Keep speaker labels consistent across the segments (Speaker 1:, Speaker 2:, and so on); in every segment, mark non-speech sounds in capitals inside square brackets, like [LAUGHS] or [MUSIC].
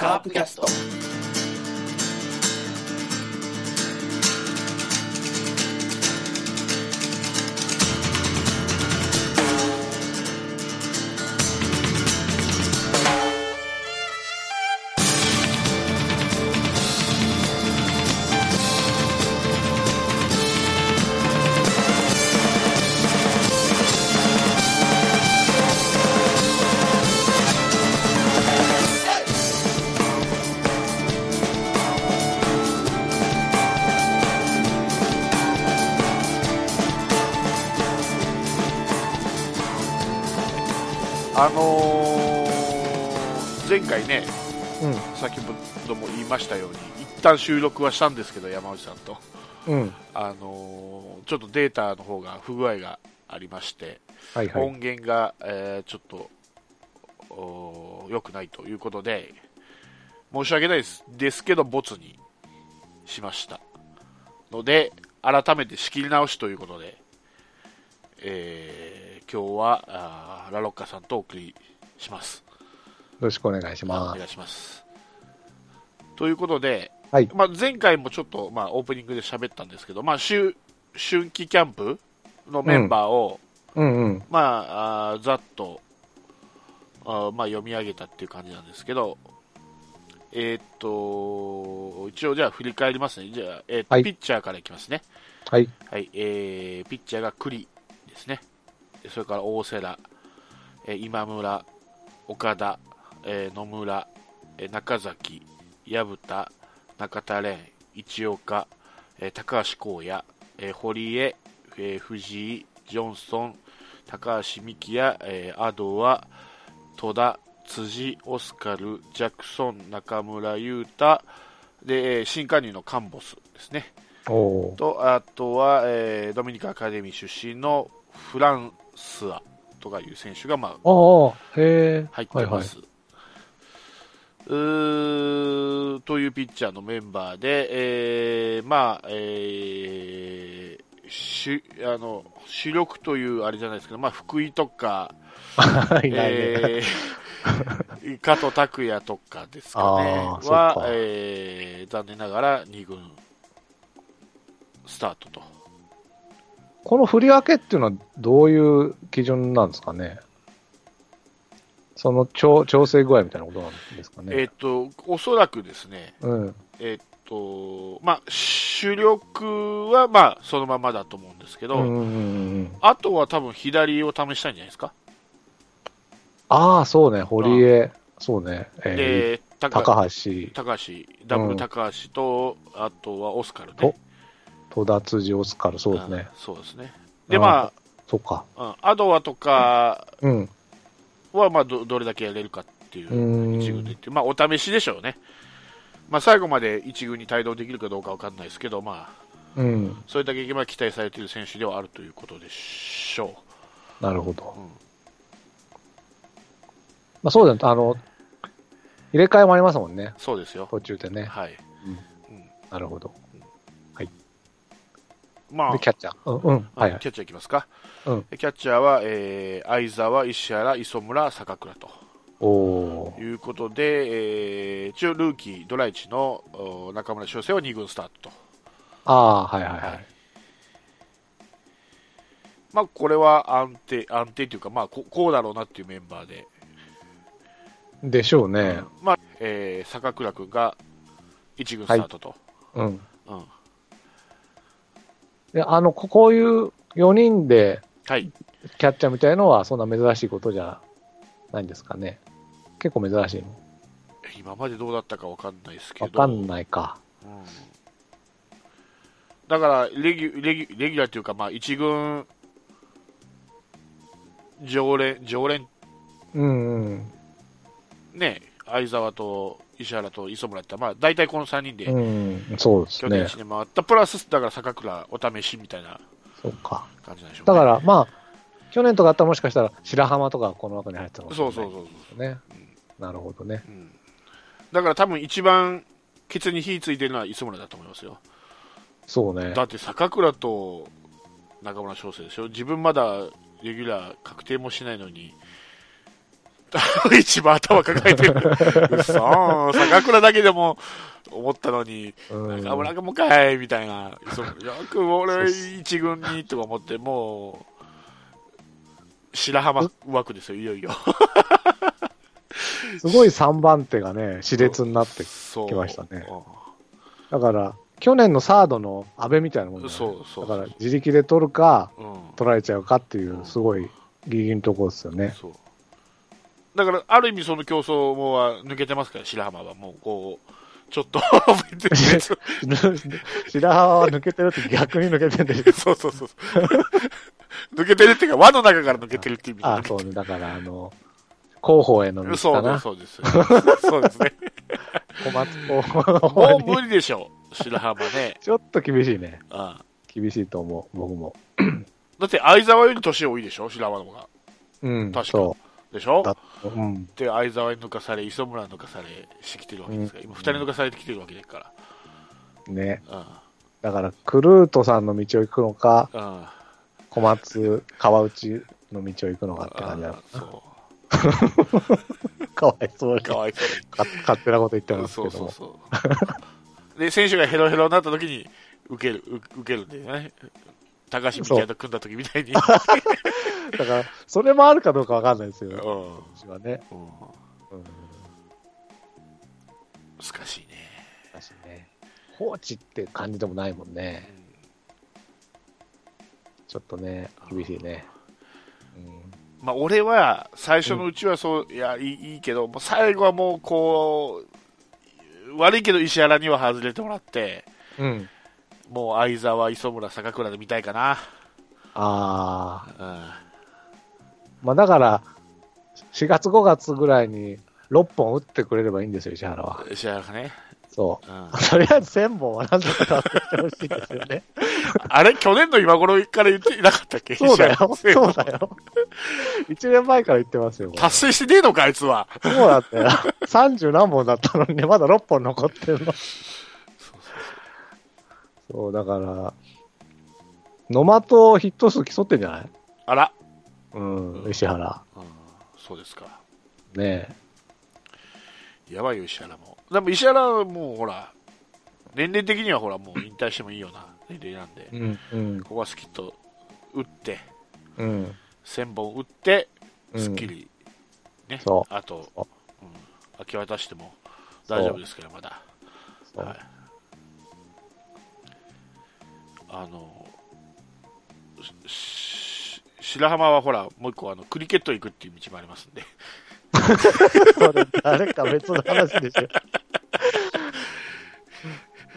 Speaker 1: カープキャストあのー前回ね
Speaker 2: う
Speaker 1: 先ほども言いましたように一旦収録はしたんですけど山内さんと
Speaker 2: ん。うん。
Speaker 1: あのーちょっとデータの方が不具合がありまして、
Speaker 2: はいはい。
Speaker 1: 音源が、えーちょっとおー良くないということで申し訳ないですですけどボツにしましたので改めて仕切り直しということで、えー今日はあーラロッカさんとお送りします
Speaker 2: よろしくお願いし
Speaker 1: お
Speaker 2: ま
Speaker 1: 願いしますということで、
Speaker 2: はい
Speaker 1: まあ、前回もちょっと、まあ、オープニングで喋ったんですけど、まあ、春春季キャンプのメンバーを、
Speaker 2: す。うんうん。
Speaker 1: まあ、あーざっとあー、まあ、読み上げたっていう感じなんですけど、えーっと、一応じゃあ振り返りますね。じゃあ、えーっと
Speaker 2: はい
Speaker 1: ピッチャーからいきますね。
Speaker 2: はい。
Speaker 1: はい、えーピッチャーが栗ですね。でそれから大瀬良、えー今村、岡田、えー野村、えー中崎、薮田、中田蓮、一岡、えー高橋光也、えー堀江、えー藤井、ジョンソン、高橋美希也、えー、アドは、戸田、辻、オスカル、ジャクソン、中村優太、で、えー新加入のカンボスですね。
Speaker 2: おおー。
Speaker 1: とあとは、えードミニカ・アカデミー出身のフランスアとかいう選手が、まあ、
Speaker 2: ああ、へえ。
Speaker 1: 入ってま。す、うーというピッチャーのメンバーで、えーまあえーしあの主力というあれじゃないですけど、まあ、福井とか、
Speaker 2: [LAUGHS] はいはい。いないね。
Speaker 1: え
Speaker 2: [LAUGHS]
Speaker 1: ー加藤拓也とかですか
Speaker 2: あー
Speaker 1: ね、
Speaker 2: そっ
Speaker 1: は
Speaker 2: か
Speaker 1: えー残念ながら2軍スタートと。
Speaker 2: この振り分けっていうのはどういう基準なんですかねその調調整具合みたいなことなんです
Speaker 1: え
Speaker 2: か
Speaker 1: っ
Speaker 2: ね
Speaker 1: と、おそらくですね、
Speaker 2: うん。
Speaker 1: えっと、まあ、主力は、まあ、そのままだと思うんですけ
Speaker 2: う
Speaker 1: ど、
Speaker 2: んうんうんうん。
Speaker 1: あとは多分左を試したいんじゃないですか。
Speaker 2: ああ、そうね。堀江。そうね。え
Speaker 1: で、
Speaker 2: ー
Speaker 1: 高
Speaker 2: 高
Speaker 1: 高
Speaker 2: 橋、
Speaker 1: 橋、ダブル高橋と、あとはオスカルね。
Speaker 2: 戸田辻、オスカル。そうですね
Speaker 1: あ。そうですね。で、
Speaker 2: あー
Speaker 1: ま
Speaker 2: そっか。
Speaker 1: あ、うんアドワとか
Speaker 2: うん。
Speaker 1: は、まあど、どれだけやれるかっていうう、
Speaker 2: ん。
Speaker 1: 一軍でっていう、まあ、お試しでしょうね。まあ、最後まで一軍に帯同できるかどうかわかんないですけど、まあ、
Speaker 2: うん。
Speaker 1: それだけ今期待されている選手ではあるということでしょ
Speaker 2: なるほど。
Speaker 1: う。うん
Speaker 2: まあ、そうだね。あの、入れ替えもありますもんね。
Speaker 1: そうですよ。
Speaker 2: 途中でね。
Speaker 1: はい。
Speaker 2: なるほど。
Speaker 1: まあ
Speaker 2: で、、キャッチャー。うん、うん。
Speaker 1: あ
Speaker 2: はいはい。
Speaker 1: キャッチャーいきますか。
Speaker 2: うん
Speaker 1: キャッチャーは、えー、相沢、石原、磯村、坂倉と
Speaker 2: おおー。
Speaker 1: いうことで、えー、一応ルーキー、ドライチのお中村翔成は2軍スタートと。
Speaker 2: ああー、はいはいは
Speaker 1: はい
Speaker 2: い。
Speaker 1: まあ、これは安定、安定というか、まあこ、こうだろうなっていうメンバーで、
Speaker 2: でしょうね。
Speaker 1: まあ、えー、坂倉君が1軍スタートと。
Speaker 2: うん。
Speaker 1: うん。
Speaker 2: で、あの、ここういう4人で
Speaker 1: はい。
Speaker 2: キャッチャーみたいのは、そんな珍しいことじゃないんですかね。結構珍しいの。
Speaker 1: 今までどうだったかわかんないですけど。
Speaker 2: わかんないか。
Speaker 1: うんだからレギュレギュレギュラーというか、まあ、一軍常連、常連
Speaker 2: うんうん。
Speaker 1: ね、相沢と石原と磯村って、まあ、大体この3人で
Speaker 2: うん。そうです
Speaker 1: 去年
Speaker 2: ね
Speaker 1: 1。年回った、プラスだから坂倉お試しみたいな
Speaker 2: そうか。
Speaker 1: 感じなんでしょう、ね、
Speaker 2: だから、まあ、去年とかあったらもしかしたら白浜とかこの中に入ってたのかもしれ
Speaker 1: そ
Speaker 2: な
Speaker 1: う
Speaker 2: い
Speaker 1: そうそうそう、
Speaker 2: う。ね。なるほどね。
Speaker 1: うん、だから多分一番ケツに火ついてるのは磯村だと思いますよ、
Speaker 2: そうね。
Speaker 1: だって坂倉と中村翔成でしょ、自分まだレギュラー確定もしないのに、 [LAUGHS] 一番頭抱えてる。 [LAUGHS] うっそーん、坂倉だけでも思ったのに、
Speaker 2: うん
Speaker 1: 中村君もかい、みたいな。そよく
Speaker 2: そうっ
Speaker 1: 俺
Speaker 2: す
Speaker 1: 一軍にとか思って、もう、白浜枠ですよ、いよ
Speaker 2: [LAUGHS]
Speaker 1: いよ。
Speaker 2: すごい3番手がね、熾烈になって、
Speaker 1: そう。
Speaker 2: きましたね
Speaker 1: うん
Speaker 2: だから、去年のサードの安倍みたいなもんだよね
Speaker 1: そうそうそう
Speaker 2: だから、自力で取るか、
Speaker 1: うん
Speaker 2: 取られちゃうかっていう、すごいギリギリのところですよね。 [LAUGHS]
Speaker 1: そうだから、ある意味その競争もは抜けてますから、白浜はもう、こう、ちょっと別に、
Speaker 2: 白浜は抜けてるって逆に抜けてるんでしょ
Speaker 1: [LAUGHS] そうそうそう。抜けてるっていうか、輪の中から抜けてるっていう意味
Speaker 2: あ、そうね。だから、あの、広報への道
Speaker 1: そ
Speaker 2: か
Speaker 1: うです、
Speaker 2: な。
Speaker 1: そうです。そうですね。
Speaker 2: 小松広
Speaker 1: も
Speaker 2: 報
Speaker 1: う無理でしょう、白浜ね。
Speaker 2: ちょっと厳しいね。
Speaker 1: ああ
Speaker 2: 厳しいと思う、僕も。
Speaker 1: だって、相沢より年多いでしょ、白浜の方が。
Speaker 2: うん、
Speaker 1: 確か
Speaker 2: そ
Speaker 1: でしょ
Speaker 2: う。だうん。
Speaker 1: で、相沢に抜かされ、磯村に抜かされしてきてるわけですから、今、
Speaker 2: うん
Speaker 1: 二人抜かされてきてるわけだか
Speaker 2: ね。
Speaker 1: ら。うん
Speaker 2: だから、クルートさんの道を行くのか、
Speaker 1: うん
Speaker 2: 小松、川内の道を行くのかって感じだ
Speaker 1: あ。あそ
Speaker 2: かわいそうに
Speaker 1: う。か
Speaker 2: か
Speaker 1: わいそうに。
Speaker 2: 勝手なこと言ってます
Speaker 1: そ
Speaker 2: け
Speaker 1: う
Speaker 2: ど
Speaker 1: そう
Speaker 2: も。
Speaker 1: そう。で、選手がヘロヘロになった時に、受ける、う受けるんだよね。高橋みたいと組んだ時み
Speaker 2: [LAUGHS]
Speaker 1: たいに。
Speaker 2: だから、それもあるかどうかわかんないです
Speaker 1: う
Speaker 2: よ。
Speaker 1: んうん
Speaker 2: 私はね。うん。
Speaker 1: 難しいね。
Speaker 2: だしね。放置って感じでもないもんね。ちょっとね、厳しいね。うん、
Speaker 1: まあ、俺は、最初のうちはそう、いや、いいいいけど、もう最後はもう、こう、悪いけど石原には外れてもらって、
Speaker 2: うん、
Speaker 1: もう相沢、磯村、坂倉で見たいかな。
Speaker 2: ああ、
Speaker 1: うん。
Speaker 2: まあだから、4月、5月ぐらいに6本打ってくれればいいんですよ、石原は。
Speaker 1: 石原がね。
Speaker 2: そう
Speaker 1: ん
Speaker 2: う。 [LAUGHS] とりあえず1000本はなんとか達成してほしいですよね。
Speaker 1: あれ去年の今頃から言ってなかったっけ
Speaker 2: [LAUGHS] そうだよ、
Speaker 1: 石原
Speaker 2: そうだよ。1年前から言ってますよ。
Speaker 1: 達成してねえのか、あいつは。
Speaker 2: そうだったよ。30何本だったのにね、まだ6本残ってるの。そう、だから、野間とヒット数競ってんじゃない
Speaker 1: あら。
Speaker 2: うん、石原。
Speaker 1: そうですか。
Speaker 2: ねえ。
Speaker 1: やばいよ、石原も。でも石原はもうほら、年齢的にはほら、もう引退してもいいような年齢なんで、
Speaker 2: うん、うん、
Speaker 1: ここはスキッと打って、
Speaker 2: うん。
Speaker 1: 1000本打って、
Speaker 2: うん
Speaker 1: スッキリ、ね。
Speaker 2: そ
Speaker 1: あと、う
Speaker 2: そ
Speaker 1: ん、明け渡しても大丈夫ですから、まだ。
Speaker 2: そう
Speaker 1: はいあのしし白浜はほらもう一個あのクリケット行くっていう道もありますんで
Speaker 2: それ
Speaker 1: [LAUGHS]
Speaker 2: 誰か別の話でしょ。 [LAUGHS]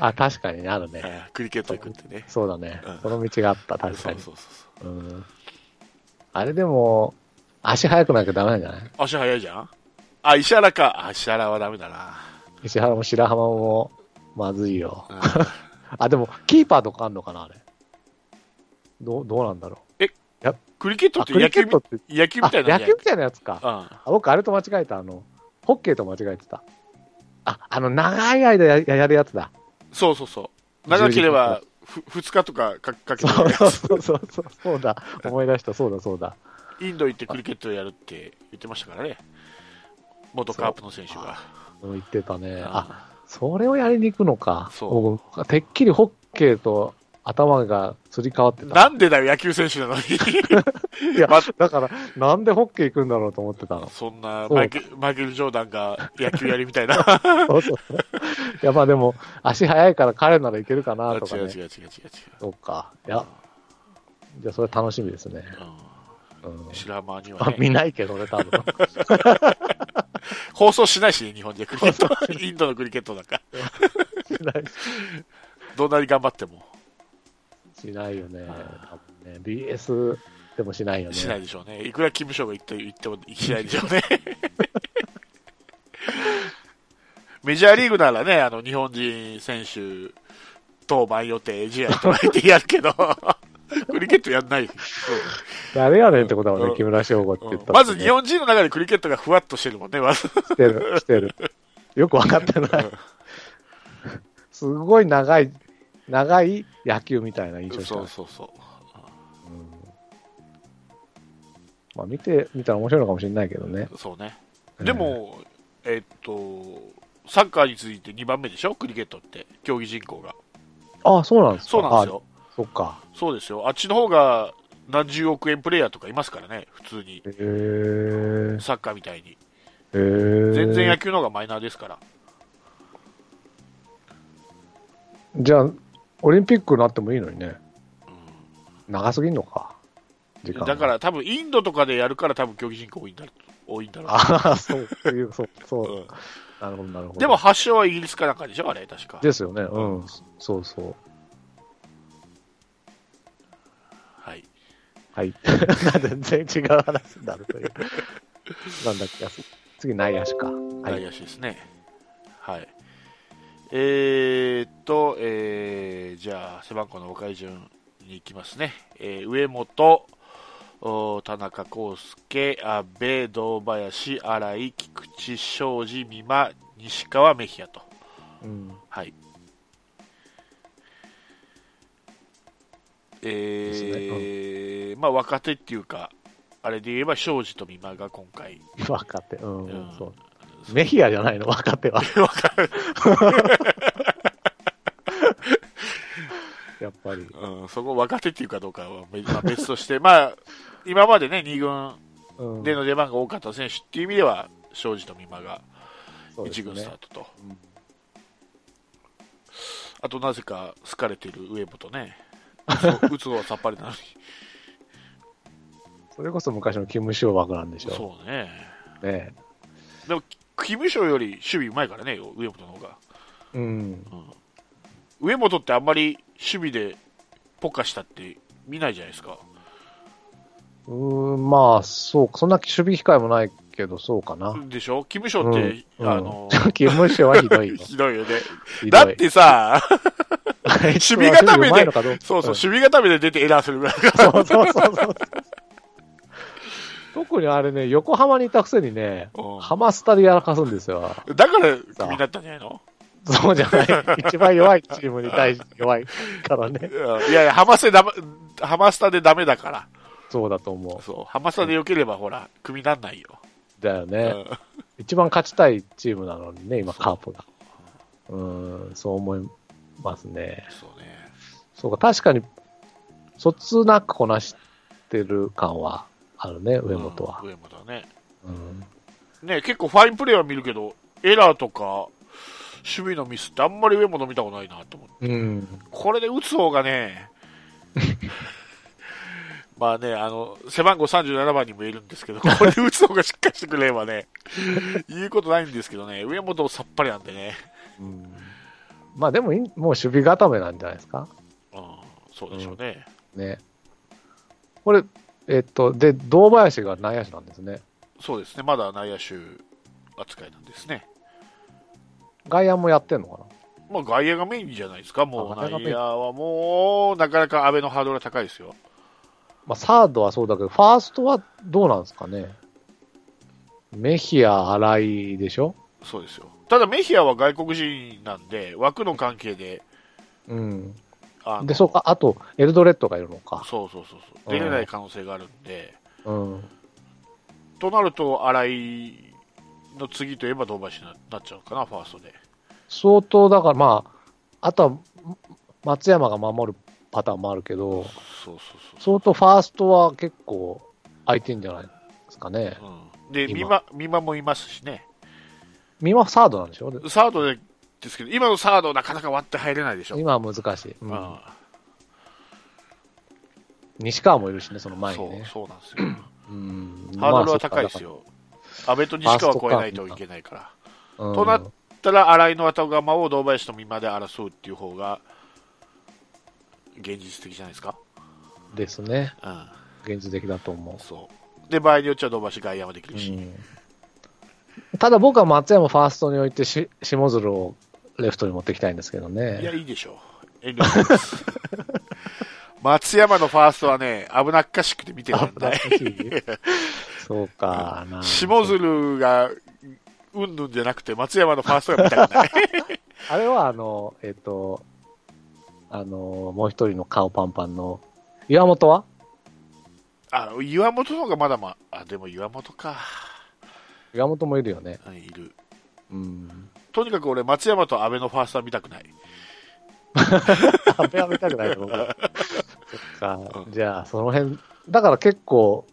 Speaker 2: あ、確かにねあるね。
Speaker 1: えークリケット行くってね
Speaker 2: そうだね
Speaker 1: うん。
Speaker 2: その道があった、確
Speaker 1: そ
Speaker 2: か
Speaker 1: う
Speaker 2: に。
Speaker 1: そうそうそう
Speaker 2: うんあれでも、足速くなきゃダメなんじゃない
Speaker 1: 足速いじゃんあ石原かあ石原はダメだな、
Speaker 2: 石原も白浜も、まずいよ。
Speaker 1: うん
Speaker 2: あ、でも、キーパーとかあんのかな、あれ。どう、どうなんだろう。
Speaker 1: クリケット
Speaker 2: あ、
Speaker 1: って
Speaker 2: クリ
Speaker 1: 野
Speaker 2: ケ
Speaker 1: 球
Speaker 2: ットって、
Speaker 1: み野球み
Speaker 2: あ、
Speaker 1: たいな
Speaker 2: 野
Speaker 1: んじゃ
Speaker 2: 球みたいなやつか。
Speaker 1: ない
Speaker 2: あ僕、あれと間違えた。あの、ホッケーと間違えてた。あ、あの、長い間やややるやつ
Speaker 1: [LAUGHS]
Speaker 2: だ。
Speaker 1: うん、そうそうそう長ければふ2日とかかかけて
Speaker 2: そうそうそうそう、そうだ。思い出した、そうだ、そうだ。
Speaker 1: インド行ってクリケットやるって言ってましたからね元カープの選手が
Speaker 2: 言ってたね。あ、
Speaker 1: あ
Speaker 2: それをやりに行くのか。
Speaker 1: そう
Speaker 2: 僕てっきりホッケーと頭がすり替わってた。
Speaker 1: なんでだよ野球選手なのに
Speaker 2: いや、
Speaker 1: ま
Speaker 2: だから、なんでホッケー行くんだろうと思ってたの。 [LAUGHS]
Speaker 1: そんな
Speaker 2: そう
Speaker 1: マイケル、マイケル・ジョーダンが野球やりみたいな。違
Speaker 2: そうそうそう。いや、まあでも、足早いから彼ならいけるかなとか
Speaker 1: う違う
Speaker 2: ね。
Speaker 1: 違う違う違う。
Speaker 2: そうか。いや、じゃあそれ楽しみですね。
Speaker 1: うん
Speaker 2: うん。
Speaker 1: 白浜には、
Speaker 2: まあ、
Speaker 1: ね、
Speaker 2: 見ないけどね、多分。 [LAUGHS]
Speaker 1: 放送しないしね、日本でクリケ
Speaker 2: [LAUGHS]
Speaker 1: ット。インドのクリケットなんか。
Speaker 2: しない
Speaker 1: どんなに頑張っても
Speaker 2: しないよね。多分ね。BS でもしないよね。
Speaker 1: しないでしょうね。いくらキム・ショーが言って言ってもしないでしょう [LAUGHS] ね。メジャーリーグならね、あの、日本人選手、当番予定試合とか言ってやるけ [LAUGHS] ど、クリケットやんない。
Speaker 2: 誰やねんってことだもん
Speaker 1: うん
Speaker 2: ね、木村翔吾って
Speaker 1: う
Speaker 2: 言っ
Speaker 1: ん
Speaker 2: た
Speaker 1: ま
Speaker 2: ってね、
Speaker 1: ず日本人の中でクリケットがふわっとしてるもんね、まず。
Speaker 2: 来てる、来てる。よく分かってない。すごい長い、長い野球みたいな印象しか
Speaker 1: そ
Speaker 2: な
Speaker 1: う
Speaker 2: い。
Speaker 1: そうそう。
Speaker 2: うんまあ、見てみたら面白いのかもしれないけどね。
Speaker 1: そうね。でも、えっと、サッカーに続いて2番目でしょ、クリケットって、競技人口が。
Speaker 2: ああ、そうなんですか。
Speaker 1: そうなんですよ。
Speaker 2: あ。そっか。
Speaker 1: そうですよ。あっちの方が何十億円プレイヤーとかいますからね、普通に。
Speaker 2: へえ。
Speaker 1: サッカーみたいに。
Speaker 2: へえ。
Speaker 1: 全然野球の方がマイナーですから。
Speaker 2: じゃあ、オリンピックになってもいいのにね。長すぎんのか。時間が
Speaker 1: だから多分インドとかでやるから多分競技人口多いんだ多いんだろう
Speaker 2: ああ、そういう、そう、そうう。
Speaker 1: ん
Speaker 2: なるほど、なるほど。
Speaker 1: でも、発祥はイギリスかなんかでしょあれ、確か。
Speaker 2: ですよね。うん。そうそう。
Speaker 1: はい。
Speaker 2: はい。全然違う話になるという。なんだっけ、次、内野手か。は
Speaker 1: 内
Speaker 2: い。
Speaker 1: 野手ですね。はい。えーっと、えーじゃあ、背番号のおかい順に行きますね。えー上本、お田中康介、阿部、堂林、新井、菊池、庄司、美馬、西川、メヒアと。
Speaker 2: うん。
Speaker 1: はい。えーまあ若手っていうか、あれで言えば庄司と美馬が今回、
Speaker 2: 若手。うん。
Speaker 1: うん
Speaker 2: そう。メヒアじゃないの、若手
Speaker 1: [LAUGHS]
Speaker 2: は。 [LAUGHS] やっぱり。
Speaker 1: うん、そこ若手っていうかどうかは別まあ別として、 [LAUGHS] まあ今までね、2軍
Speaker 2: うん
Speaker 1: での出番が多かった選手っていう意味では、庄司と美馬が
Speaker 2: そうです
Speaker 1: 1
Speaker 2: ね
Speaker 1: 軍スタートと、
Speaker 2: うん
Speaker 1: あとなぜか好かれてる上本
Speaker 2: [LAUGHS]
Speaker 1: ね、打つのはさっぱりなのに、
Speaker 2: それこそ昔のキム・シオ枠なんでしょ
Speaker 1: そうね、
Speaker 2: う。ね
Speaker 1: でも、キム・ショーより守備うまいからね、上本の方が。
Speaker 2: うん。
Speaker 1: 上本ってあんまり守備でポカしたって見ないじゃないですか。
Speaker 2: うーん、まあ、そうか。そんな守備機会もないけど、そうかな。
Speaker 1: でしょキム・ショーって、
Speaker 2: うん
Speaker 1: あ
Speaker 2: [LAUGHS]
Speaker 1: の、
Speaker 2: キム・シオはひど
Speaker 1: [LAUGHS]
Speaker 2: いよ。
Speaker 1: ひどいよね。
Speaker 2: ひどい
Speaker 1: だっ、てさ、
Speaker 2: 守
Speaker 1: 守備固めでそうそう、
Speaker 2: ん
Speaker 1: 守備固めで出てエラーするぐらいだか
Speaker 2: そうそうそうそう。特にあれね、横浜にいたくせにね、
Speaker 1: うん
Speaker 2: ハマスタでやらかすんですよ。
Speaker 1: ら、だからクビになったんじゃないの
Speaker 2: そうじゃない。一番弱いチームに対して弱いからね。
Speaker 1: うんいやいや、ハマスタでダメ、ハマスタでダメだから。
Speaker 2: そうだと思
Speaker 1: そう、ハマスタで良ければほら、クビになんないよ。
Speaker 2: う。だよ
Speaker 1: う
Speaker 2: ね。
Speaker 1: ん
Speaker 2: 一番勝ちたいチームなのにね、今、カープが。うーん、そう思いますね。
Speaker 1: そうね。
Speaker 2: そうか、確かに、そつなくこなしてる感はあるね、上本は
Speaker 1: うん。上本はね。
Speaker 2: うん、
Speaker 1: ね、結構ファインプレーは見るけど、エラーとか、守備のミスってあんまり上本見たことないなと思って。
Speaker 2: うん、
Speaker 1: これで打つ方がね、 [LAUGHS] まあね、あの、背番号37番にもいるんですけど、
Speaker 2: [LAUGHS]
Speaker 1: これで打つ方がしっかりしてくれればね、言うことないんですけどね、上本さっぱりなんでね、
Speaker 2: うんまあでもいい、もう守備固めなんじゃないですか。
Speaker 1: うん、そうでしょうね。
Speaker 2: ね。これ、えっと、で、堂林が内野手なんですね。
Speaker 1: そうですね、まだ内野手扱いなんですね。
Speaker 2: 外野もやってんのかな
Speaker 1: まあ外野がメインじゃないですか、もう
Speaker 2: あ外野が
Speaker 1: 内
Speaker 2: メイン
Speaker 1: 野はもう、なかなか安倍のハードルが高いですよ。
Speaker 2: まあ、サードはそうだけど、ファーストはどうなんですかね。メヒア、新井でしょ
Speaker 1: そうですよ。ただメヒアは外国人なんで、枠の関係で、
Speaker 2: うん。
Speaker 1: あの
Speaker 2: で、そうか、あと、エルドレッドがいるのか。
Speaker 1: そうそうそうそう
Speaker 2: うん
Speaker 1: 出れない可能性があるんで、
Speaker 2: うん。
Speaker 1: となると、新井の次といえば堂林にななっちゃうかな、ファーストで。
Speaker 2: 相当、だから、まあ、あとは、ん松山が守るパターンもあるけど、
Speaker 1: そうそう
Speaker 2: 相当ファーストは結構空いてんじゃないですかね。
Speaker 1: そう。うん、で、
Speaker 2: 今
Speaker 1: 美馬美馬もいますしね、
Speaker 2: 三輪サードなんでしょ
Speaker 1: サードでですけど、今のサード、なかなか割って入れないでしょ。
Speaker 2: 今は難しい。うん
Speaker 1: ま
Speaker 2: 西川もいるしね、その
Speaker 1: あ
Speaker 2: 前に
Speaker 1: そう
Speaker 2: ね。
Speaker 1: そうなんですよ。
Speaker 2: うん
Speaker 1: ハードルは高いです。よ。安倍と西川を超えないといけないから。
Speaker 2: まあそ
Speaker 1: と
Speaker 2: っ
Speaker 1: な
Speaker 2: か
Speaker 1: ったら、新井の後釜を堂林と美馬で争うっていう方が、現実的じゃないですか。
Speaker 2: うんですね。
Speaker 1: うん。
Speaker 2: 現実的だと思
Speaker 1: そう。で、場合によっちゃ堂林外野もでき
Speaker 2: う。う
Speaker 1: るし。
Speaker 2: んただ僕は松山ファーストに置いてし、下鶴をレフトに持ってきたいんですけど
Speaker 1: いや、
Speaker 2: ね。
Speaker 1: いいでしょう。遠慮します松山のファーストはね、危なっかしくて見てらんない。
Speaker 2: そうかな。
Speaker 1: 下鶴が、うんぬんじゃなくて、松山のファーストが見たく [LAUGHS] ない。
Speaker 2: あれはあの、えっと、あの、もう一人の顔パンパンの、岩本は
Speaker 1: あ岩本の方がまだまあ、でも岩本か。
Speaker 2: 岩本もいるよね。
Speaker 1: うんいる。
Speaker 2: うん。
Speaker 1: とにかく俺、松山と阿部のファーストは見たくない。
Speaker 2: 安倍は見たくないと思う
Speaker 1: [LAUGHS]
Speaker 2: から。そっか。じゃあ、その辺、だから結構、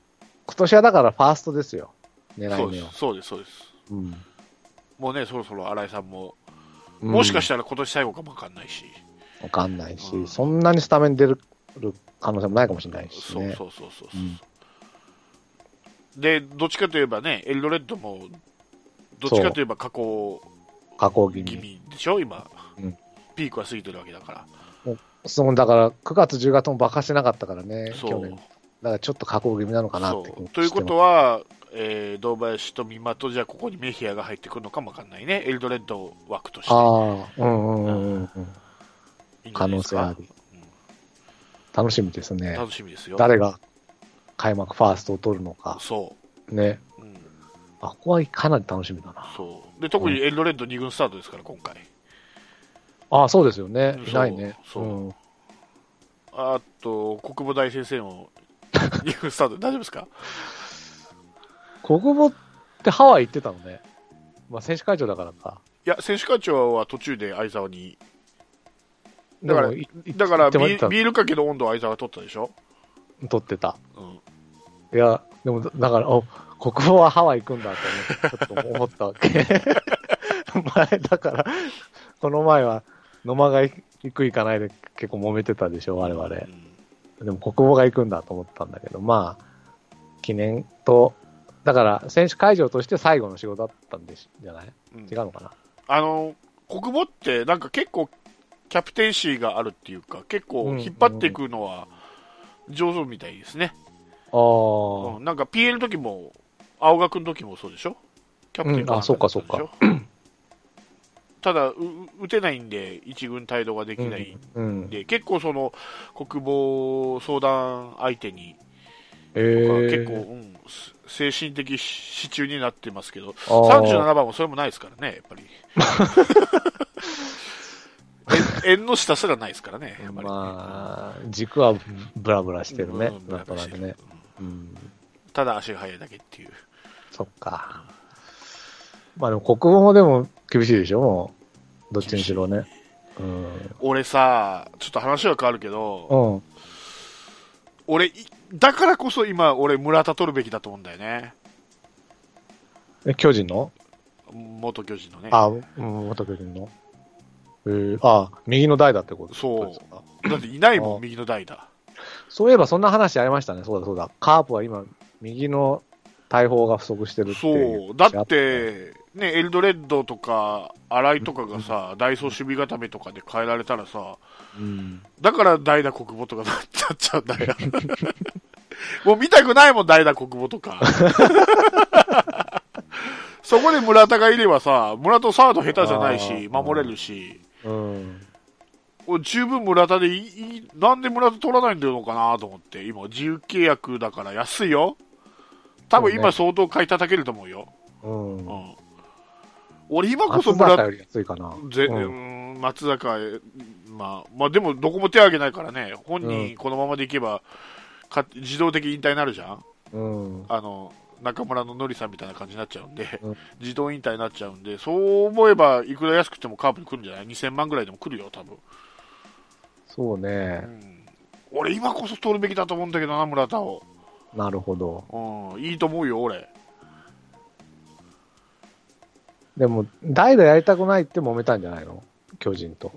Speaker 2: 今年はだからファーストですよ。狙
Speaker 1: そう
Speaker 2: い
Speaker 1: で
Speaker 2: 目は
Speaker 1: す、。そうです、そうです。
Speaker 2: うん。
Speaker 1: もうね、そろそろ新井さんも、もしかしたら今年最後かもわかんないし。
Speaker 2: たら。わかんないし、
Speaker 1: うん
Speaker 2: そんなにスタメン出る可能性もないかもしれないし
Speaker 1: そう
Speaker 2: ね。
Speaker 1: そうそうそう。
Speaker 2: うん
Speaker 1: で、どっちかといえばね、エルドレッドも、どっちかといえば過去
Speaker 2: 加工気
Speaker 1: 気
Speaker 2: 味。
Speaker 1: 味でしょ、今、
Speaker 2: うん
Speaker 1: ピークは過ぎてるわけだから。
Speaker 2: そう、だから9月10月も爆破してなかったからね、
Speaker 1: そ
Speaker 2: 去
Speaker 1: う
Speaker 2: 年。だからちょっと加工気味なのかなって
Speaker 1: そうということは、えー、堂林と三馬とじゃあここにメヒアが入ってくるのかもわかんないね、エルドレッド枠として。
Speaker 2: ああ、うんうんうんうんう
Speaker 1: いい
Speaker 2: ん。
Speaker 1: んじゃな
Speaker 2: 可
Speaker 1: い
Speaker 2: 能
Speaker 1: です
Speaker 2: 性
Speaker 1: か
Speaker 2: ある。楽しみです
Speaker 1: うん
Speaker 2: ね。
Speaker 1: 楽しみですよ。
Speaker 2: 誰が開幕ファーストを取るのか。
Speaker 1: そ
Speaker 2: ね。
Speaker 1: う、うん
Speaker 2: あ、ここはかなり楽しみだな。
Speaker 1: そうで特にエルドレッド2軍スタートですから、今回。
Speaker 2: ああ、そうですよね。
Speaker 1: そう
Speaker 2: いないね。
Speaker 1: そう
Speaker 2: うん
Speaker 1: あと、国母大先生
Speaker 2: [LAUGHS]
Speaker 1: も2軍スタート、大丈夫ですか
Speaker 2: 国母ってハワイ行ってたのね。まあ、選手会長だからか。
Speaker 1: いや、選手会長は途中で相沢に、だ
Speaker 2: で
Speaker 1: から
Speaker 2: もいい
Speaker 1: だから
Speaker 2: 行って
Speaker 1: ビ
Speaker 2: もらってた
Speaker 1: ービールかけの温度を相沢が取ったでしょ、
Speaker 2: 取ってた。
Speaker 1: うん、
Speaker 2: いや、でも、だだから、お、国宝はハワイ行くんだと思って、ちょっと思ったわ
Speaker 1: [LAUGHS]
Speaker 2: け。前、だから、この前は、野間が行く行かないで結構揉めてたでしょ、我々。で
Speaker 1: うん
Speaker 2: も、国宝が行くんだと思ったんだけど、まあ、記念と、だから、選手会場として最後の仕事だったんでし、じゃない
Speaker 1: うん
Speaker 2: 違うのかな
Speaker 1: あの国母ってなんか結構キャプテンシーがあるっていうか結構引っ張っていくのは上手みたいですね、うん
Speaker 2: ああ、
Speaker 1: なんか PL の時も青学の時もそうでしょキャプテン
Speaker 2: うんあそっかそっか
Speaker 1: だた
Speaker 2: [CLEARS THROAT]
Speaker 1: でしょただう打てないんで一軍帯同ができない
Speaker 2: うん
Speaker 1: ん。で、結構その国防相談相手に
Speaker 2: え
Speaker 1: とか、
Speaker 2: ー
Speaker 1: 結構、うん、す精神的支柱になってますけど
Speaker 2: あー
Speaker 1: 37番もそれもないですからね、やっ
Speaker 2: [LAUGHS]
Speaker 1: ぱり。え縁の下すらないですからね、やっぱり。
Speaker 2: まあ、軸はブラブラしてるね
Speaker 1: うん、
Speaker 2: なんとなくね。うん
Speaker 1: ただ足が速いだけっていう。
Speaker 2: そっか。まあでも国語もでも厳しいでしょ、もう。どっちにしろね。うん。
Speaker 1: 俺さ、ちょっと話は変わるけど、
Speaker 2: うん。
Speaker 1: 俺、いだからこそ今、俺、村田取るべきだと思うんだよね。
Speaker 2: え、巨人の
Speaker 1: 元巨人のね。だ
Speaker 2: あ、うん、元巨人のえー、あ、右の代だってこと
Speaker 1: そう
Speaker 2: そうですか
Speaker 1: っていない
Speaker 2: あ
Speaker 1: もん、右の代打。
Speaker 2: そういえばそんな話ありましたね。そうだそうだ。カープは今、右の大砲が不足してるっていう
Speaker 1: そう。だって、ね、エルドレッドとか、新井とかがさ、ダイソー守備固めとかで変えられたらさ、
Speaker 2: うん。
Speaker 1: だから代打国母とかなっちゃっちゃうんだよ。もう見たくないもん、代打国母とか。そこで村田がいればさ、村田サード下手じゃない
Speaker 2: あ
Speaker 1: し、
Speaker 2: ー
Speaker 1: 守れるし、
Speaker 2: うん。
Speaker 1: 俺十分村田でいいいい、なんで村田取らないんだろうかなと思って、今、自由契約だから安いよ。多分今相当買い叩けると思うよ。
Speaker 2: うん。
Speaker 1: うん。俺今こそ
Speaker 2: 松
Speaker 1: 村
Speaker 2: 坂
Speaker 1: 田
Speaker 2: よ、り安いかな。
Speaker 1: ぜ、
Speaker 2: う
Speaker 1: うんーん、松坂、まあ、まあでもどこも手を挙げないからね、本
Speaker 2: う
Speaker 1: 人このままでいけば、か自動的引退になるじゃん
Speaker 2: うん。
Speaker 1: あの、中村ののりさんみたいな感じになっちゃうんで、
Speaker 2: うん
Speaker 1: 自動引退になっちゃうんで、そう思えば、いくら安くてもカープに来るんじゃない ?2000 万ぐらいでも来るよ、多分。
Speaker 2: そ
Speaker 1: う
Speaker 2: うね。
Speaker 1: ん、俺今こそ取るべきだと思うんだけどな、村田を。
Speaker 2: なるほど。
Speaker 1: うん、いいと思うよ、俺。
Speaker 2: でも、代打やりたくないって揉めたんじゃないの巨人と。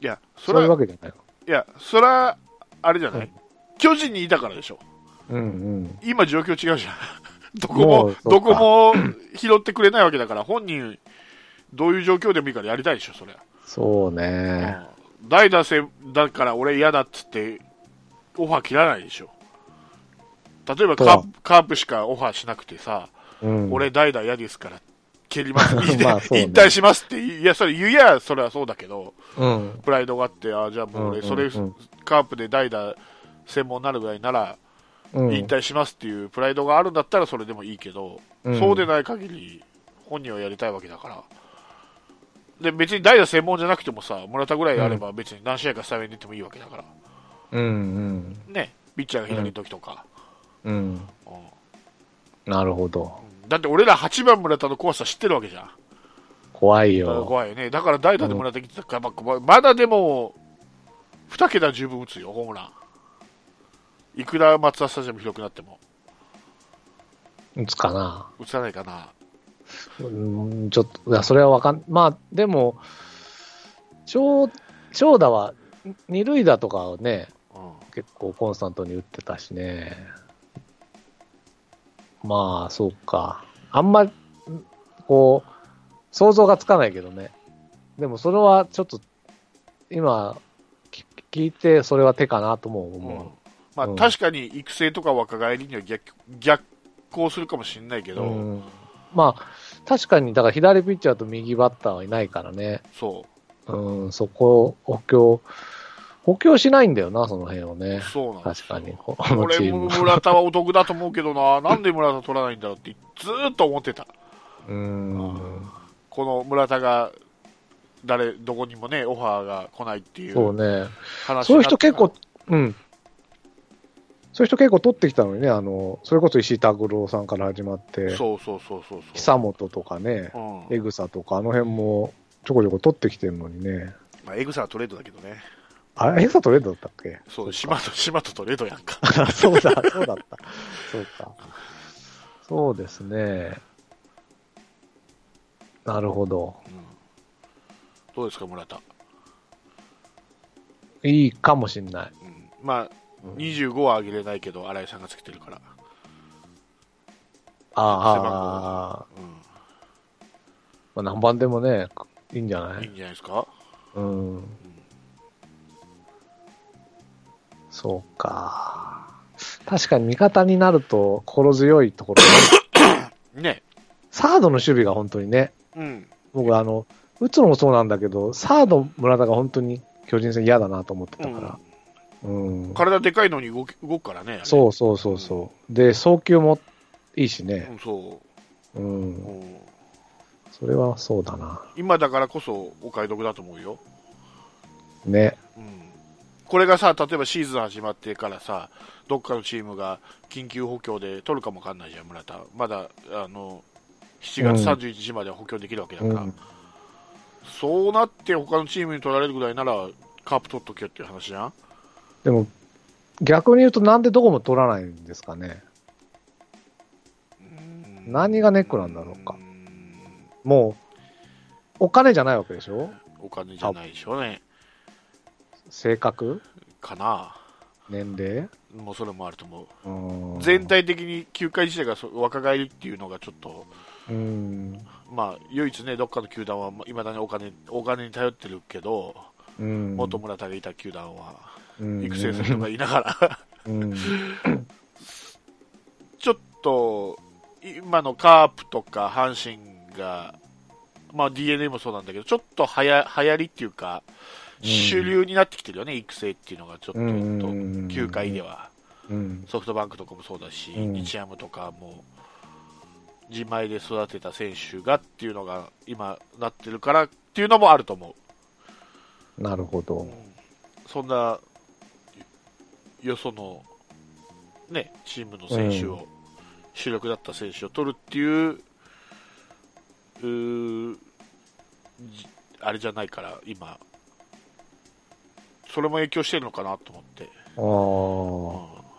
Speaker 1: いや、そ
Speaker 2: そう
Speaker 1: れ
Speaker 2: いう
Speaker 1: は、
Speaker 2: わけじゃない
Speaker 1: いや、それは、あれじゃな
Speaker 2: う
Speaker 1: い
Speaker 2: ん
Speaker 1: 巨人にいたからでしょ。
Speaker 2: の。うんうん。
Speaker 1: 今状況違うじゃん。 [LAUGHS] どこ
Speaker 2: も
Speaker 1: も
Speaker 2: う、そう
Speaker 1: ど
Speaker 2: か
Speaker 1: こも拾ってくれないわけだから、本人、どういう状況でもいいからやりたいでしょ、それ。
Speaker 2: そうね。
Speaker 1: うん代打せ、だから俺嫌だっつって、オファー切らないでしょ。例えばカー
Speaker 2: そ
Speaker 1: プ、カープしかオファーしなくてさ、
Speaker 2: うん、
Speaker 1: 俺代打嫌ですから、蹴ります、 [LAUGHS] 引
Speaker 2: [LAUGHS] まあそうね
Speaker 1: 退しますって、いや、それ言いや、それはそうだけど、
Speaker 2: うん。
Speaker 1: プライドがあって、あじゃあもう俺、
Speaker 2: うん
Speaker 1: それ、
Speaker 2: うん
Speaker 1: カープで代打専門になるぐらいなら、
Speaker 2: うん。
Speaker 1: 引退しますっていうプライドがあるんだったらそれでもいいけど、
Speaker 2: うん
Speaker 1: そうでない限り本人はやりたいわけだから。で、別に代打専門じゃなくてもさ、村田ぐらいあれば別に何試合かスタメンに出てもいいわけだから。
Speaker 2: うんうん。
Speaker 1: ね。ピッチャーが左の時とか、
Speaker 2: うん。
Speaker 1: うん
Speaker 2: なるほど。
Speaker 1: だって俺ら8番村田の怖さ知ってるわけじゃん。
Speaker 2: 怖い
Speaker 1: だから
Speaker 2: よ。
Speaker 1: 怖いよね。だから代打で村田来てたから、まあ怖いまだでも、2桁十分打つよ、ホームラン。いくら松田スタジアム広くなっても、
Speaker 2: 打つかな。
Speaker 1: 打たないかな。
Speaker 2: うん、ちょっと、いや、それはわかん、まあ、でも、長長打は、二塁打とかをね、
Speaker 1: うん。
Speaker 2: 結構コンスタントに打ってたしね。まあ、そうか。あんま、んこう、想像がつかないけどね。でも、それはちょっと、今、き聞いて、それは手かなとも
Speaker 1: うん
Speaker 2: 思
Speaker 1: まあ、
Speaker 2: うん
Speaker 1: 確かに育成とか若返りには逆逆行するかもしれないけ
Speaker 2: う。う
Speaker 1: ど、
Speaker 2: んまあ、確かに、だから左ピッチャーと右バッターはいないからね。
Speaker 1: そ
Speaker 2: うん、そこを補強、補強しないんだよな、その辺を
Speaker 1: う、
Speaker 2: ね。
Speaker 1: そうなんです
Speaker 2: 確かに、こ
Speaker 1: こ
Speaker 2: のチ
Speaker 1: れ
Speaker 2: ーム
Speaker 1: も。村田はお得だと思うけどな、 [LAUGHS] なんで村田取らないんだろうってずーっと思ってた。
Speaker 2: うん、
Speaker 1: この村田が、誰、どこにもね、オファーが来ないってい
Speaker 2: そう
Speaker 1: う
Speaker 2: ね。
Speaker 1: 話
Speaker 2: そういう
Speaker 1: になって
Speaker 2: 人結構、うん。そういう人結構取ってきたのにね、あの、それこそ石井拓郎さんから始まって、
Speaker 1: そうそうそうそうそう。
Speaker 2: 久本とかね
Speaker 1: う、ん。
Speaker 2: 江草とか、あの辺もちょこちょこ取ってきてるのにね。
Speaker 1: まあ、エグサはトレードだけどね。
Speaker 2: あれ、江草トレードだったっけ [LAUGHS]
Speaker 1: そう、島と、島とトレードやんか。
Speaker 2: あそうだ、そうだった。そうか。そうですね。なるほど。
Speaker 1: どうですか、村田。
Speaker 2: いいかもしんない。
Speaker 1: うん、まあ、25は上げれないけど、新井さんがつけてるから。
Speaker 2: ああ、
Speaker 1: う。
Speaker 2: まあ、何番でもね、いいんじゃな
Speaker 1: い
Speaker 2: ん
Speaker 1: い
Speaker 2: い
Speaker 1: んじゃないですか
Speaker 2: うん。そうか。確かに味方になると心強いところ。 [LAUGHS]
Speaker 1: ね。
Speaker 2: サードの守備が本当にね、
Speaker 1: うん。
Speaker 2: 僕あの、打つのもそうなんだけど、サード村田が本当に巨人戦嫌だなと思ってたから。うん。
Speaker 1: 体でかいのに動き動くからね。あれ
Speaker 2: そうそうそうそう。で、送球もいいしね
Speaker 1: う。ん、そうう。
Speaker 2: ん。
Speaker 1: うん
Speaker 2: それはそうだな。
Speaker 1: 今だからこそお買い得だと思うよ。
Speaker 2: ね。
Speaker 1: うん。これがさ、例えばシーズン始まってからさ、どっかのチームが緊急補強で取るかもわかんないじゃん、村田。まだ、あの、7月31日までは補強できるわけだか
Speaker 2: う
Speaker 1: ら。
Speaker 2: ん。
Speaker 1: そうなって他のチームに取られるぐらいなら、カープ取っとけよっていう話じゃん
Speaker 2: でも、逆に言うとなんでどこも取らないんですかね。何がネックなんだろうか。
Speaker 1: ん
Speaker 2: もう、お金じゃないわけでしょ
Speaker 1: お金じゃないでしょうね。
Speaker 2: 性格
Speaker 1: かな。
Speaker 2: 年齢
Speaker 1: もうそれもあると思う。
Speaker 2: うん
Speaker 1: 全。体的に球界自体がそ若返りっていうのがちょっと、
Speaker 2: うん。
Speaker 1: まあ、唯一ね、どっかの球団は、いまだにお金、お金に頼ってるけど、
Speaker 2: うん。
Speaker 1: 元村田がいた球団は、
Speaker 2: うん
Speaker 1: 育成する人がいながら、 [LAUGHS]
Speaker 2: うん。
Speaker 1: ちょっと、今のカープとか阪神が、まあ DNA もそうなんだけど、ちょっとはや流行りっていうか、
Speaker 2: うん
Speaker 1: 主流になってきてるよね、育成っていうのが、ちょっ
Speaker 2: うんうんうんう
Speaker 1: と、
Speaker 2: ん
Speaker 1: 球界では。
Speaker 2: うん。
Speaker 1: ソフトバンクとかもそうだし、
Speaker 2: うん
Speaker 1: 日ハムとかも、自前で育てた選手がっていうのが今なってるからっていうのもあると思
Speaker 2: なるほ
Speaker 1: う。
Speaker 2: ど。
Speaker 1: そんな、よよその、ね、チームの選手を、主力だった選手を取るっていう、うーじあれじゃないから、今、それも影響してるのかなと思って。